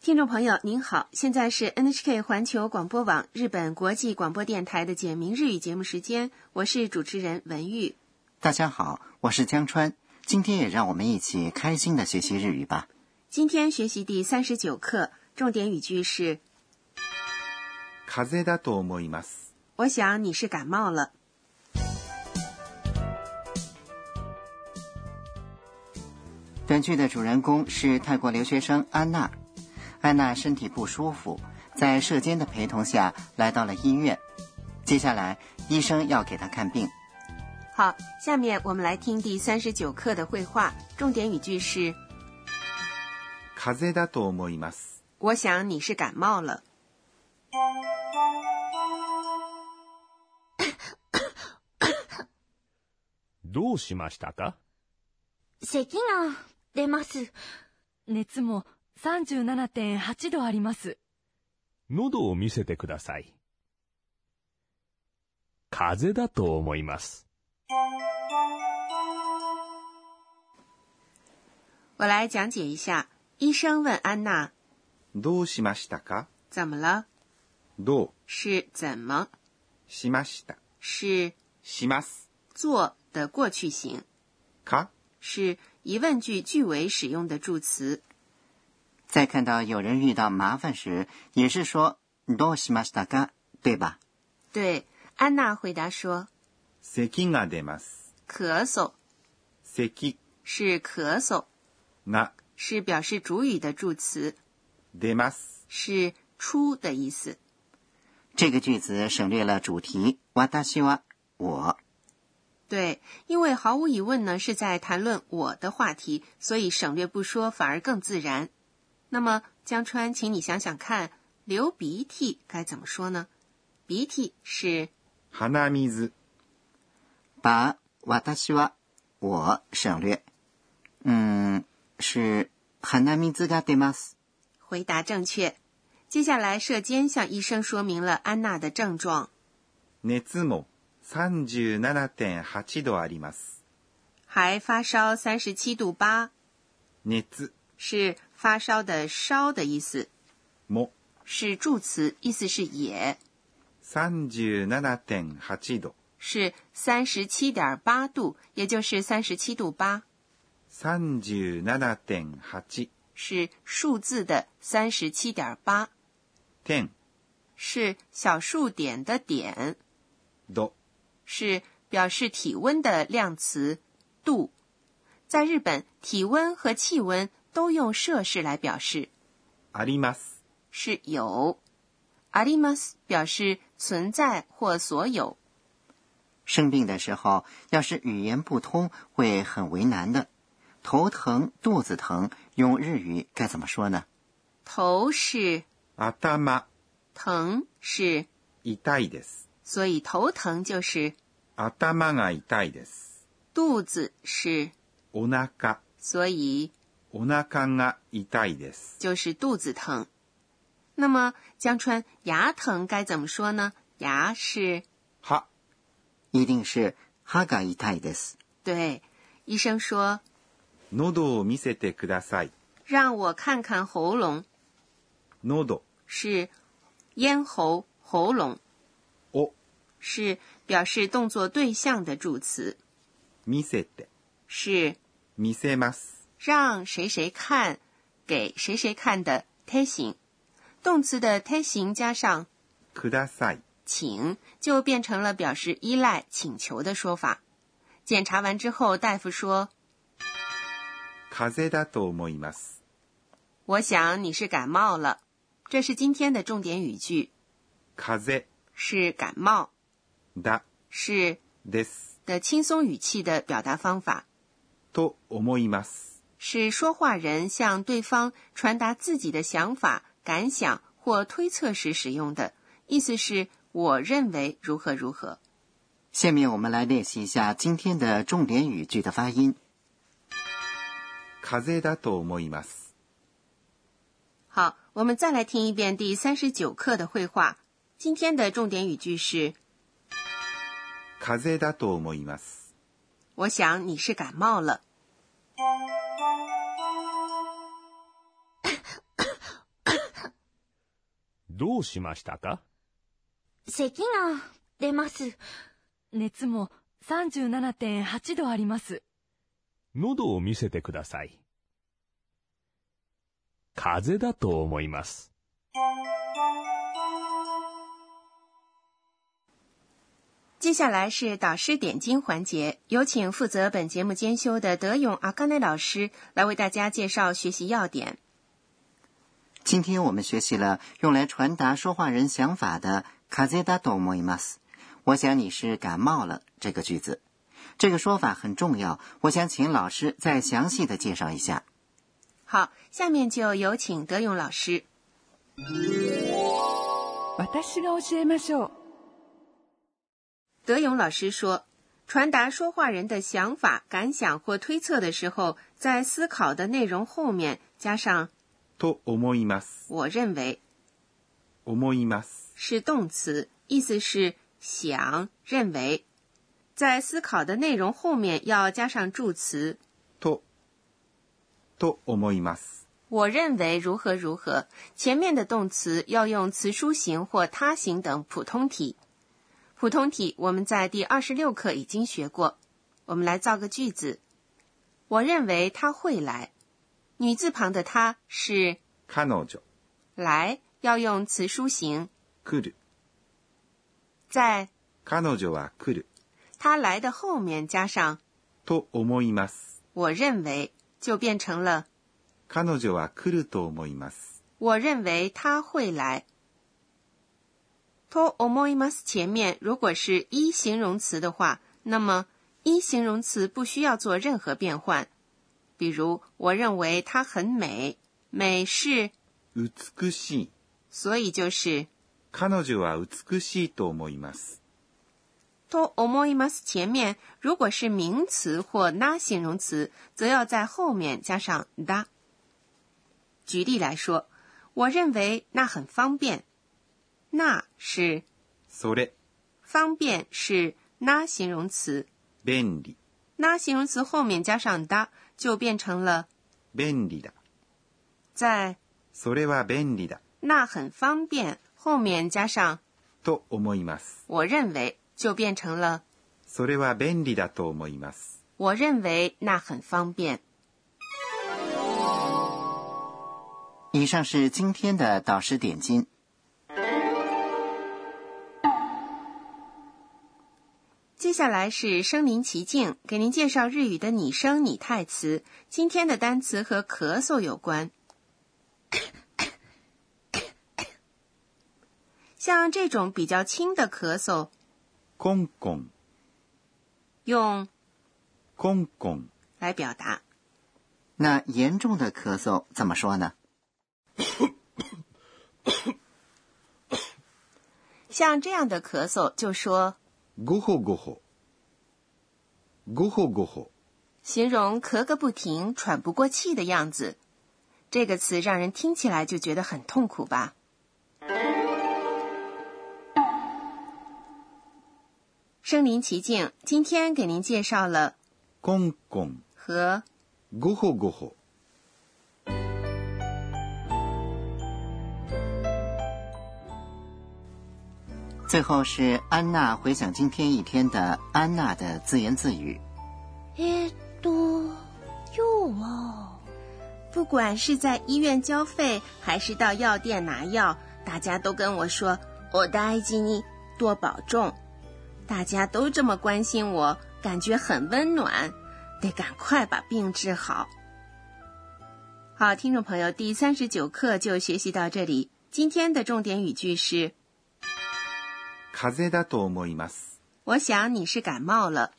听众朋友您好，现在是 NHK 环球广播网日本国际广播电台的简明日语节目时间，我是主持人文玉。大家好，我是江川，今天也让我们一起开心的学习日语吧。今天学习第三十九课，重点语句是風邪だと思います。 “我想你是感冒了短剧的主人公是泰国留学生安娜，安娜身体不舒服，在舍监的陪同下来到了医院。接下来，医生要给她看病。”。好，下面我们来听第三十九课的绘画，重点语句是風邪だと思います。 “我想你是感冒了どうしましたか咳が出ます。熱も37.8度あります。喉を見せてください。風邪だと思います。”。我来讲解一下。医生问安娜どうしましたか：“怎么了？どう是怎么？しました。是します。做的过去形，か是疑问句句尾使用的助词。在看到有人遇到麻烦时，也是说“どうしましたか”，对吧？对，安娜回答说咳が出ます。：“咳嗽咳是咳嗽，が是表示主语的助词，出ます。是出的意思。这个句子省略了主题“わたしは”我。对，因为毫无疑问呢是在谈论我的话题，所以省略不说反而更自然。那么江川，请你想想看，流鼻涕该怎么说呢？鼻涕是鼻水。把“わたしは”我省略。嗯，是“花水が出ます回答正确。接下来，舍监向医生说明了安娜的症状。熱も37.8度あります。还发烧三十七度八，熱是发烧的“烧”的意思，も是助词，意思是也， 37.8度。是三十七点八度，也就是三十七度八， 37.8是数字的三十七点八，点是小数点的点，度是表示体温的量词度。在日本，体温和气温都用摄氏来表示。あります。是有。あります表示存在或所有。”。生病的时候，要是语言不通，会很为难的。头疼、肚子疼，用日语该怎么说呢？头是頭疼是，痛いです。所以头疼就是頭が痛いです。肚子是，お腹、所以お腹が痛いです。就是肚子疼。那么江川牙疼该怎么说呢？牙是は、一定是“哈が痛いです对，医生说喉を見せてください。让我看看喉咙喉是咽喉喉咙を是表示动作对象的助词見せて、是見せます。让谁谁看，给谁谁看的推形，动词的推形加上ください。请，就变成了表示依赖、请求的说法。检查完之后，大夫说風邪だと思います。：“我想你是感冒了。”这是今天的重点语句，風是感冒，邪だ是です。的轻松语气的表达方法，と思います。是说话人向对方传达自己的想法、感想或推测时使用的，意思是我认为如何如何。”。下面我们来练习一下今天的重点语句的发音。風邪だと思います。好，我们再来听一遍第三十九课的绘画。今天的重点语句是風邪だと思います。：“我想你是感冒了。どうしましたか咳が出ます。熱も37.8度あります。喉を見せてください。風邪だと思います。接下来是导师点睛环节，有请负责本节目监修的德勇阿甘内老师来为大家介绍学习要点。今天我们学习了用来传达说话人想法的“風邪だと思います”。我想你是感冒了这个句子，这个说法很重要。我想请老师再详细的介绍一下。好，下面就有请德勇老师。私が教えましょう。德勇老师说，传达说话人的想法、感想或推测的时候，在思考的内容后面加上と思います“我认为思います”是动词，意思是想、认为。在思考的内容后面要加上助词とと思います我认为如何如何，前面的动词要用词书形或他形等普通体。普通体我们在第二十六课已经学过，我们来造个句子。我认为他会来。女字旁的她是彼女来，要用词书形，来る在彼女は来る他来的后面加上と思います我认为，就变成了彼女は来ると思います我认为他会来。と思います前面如果是一形容词的话，那么一形容词不需要做任何变换。比如，我认为她很美，美是，美しい所以就是彼女は美しいと思いますと思います前面如果是名词或那形容词，则要在后面加上だ。举例来说，我认为那很方便，那是それ方便是那形容词，便利那形容词后面加上だ就变成了便利だ在それは便利だ那很方便后面加上と思います我认为就变成了それは便利だと思います我认为那很方便。以上是今天的导师点睛。接下来是身临其境，给您介绍日语的拟声拟态词。今天的单词和咳嗽有关。像这种比较轻的咳嗽，コンコン用コンコン来表达。那严重的咳嗽怎么说呢？像这样的咳嗽，就说ごほごほごほごほ形容咳个不停、喘不过气的样子。这个词让人听起来就觉得很痛苦吧？身临其境，今天给您介绍了コンコン和ごほごほ最后是安娜回想今天一天的安娜的自言自语。えーっと、今日は、不管是在医院交费，还是到药店拿药，大家都跟我说“我的爱基尼，多保重”。大家都这么关心我，感觉很温暖。得赶快把病治好。好，听众朋友，第三十九课就学习到这里。今天的重点语句是：風邪だと思います我想你是感冒了。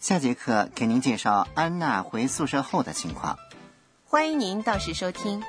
下节课给您介绍安娜回宿舍后的情况。欢迎您到时收听。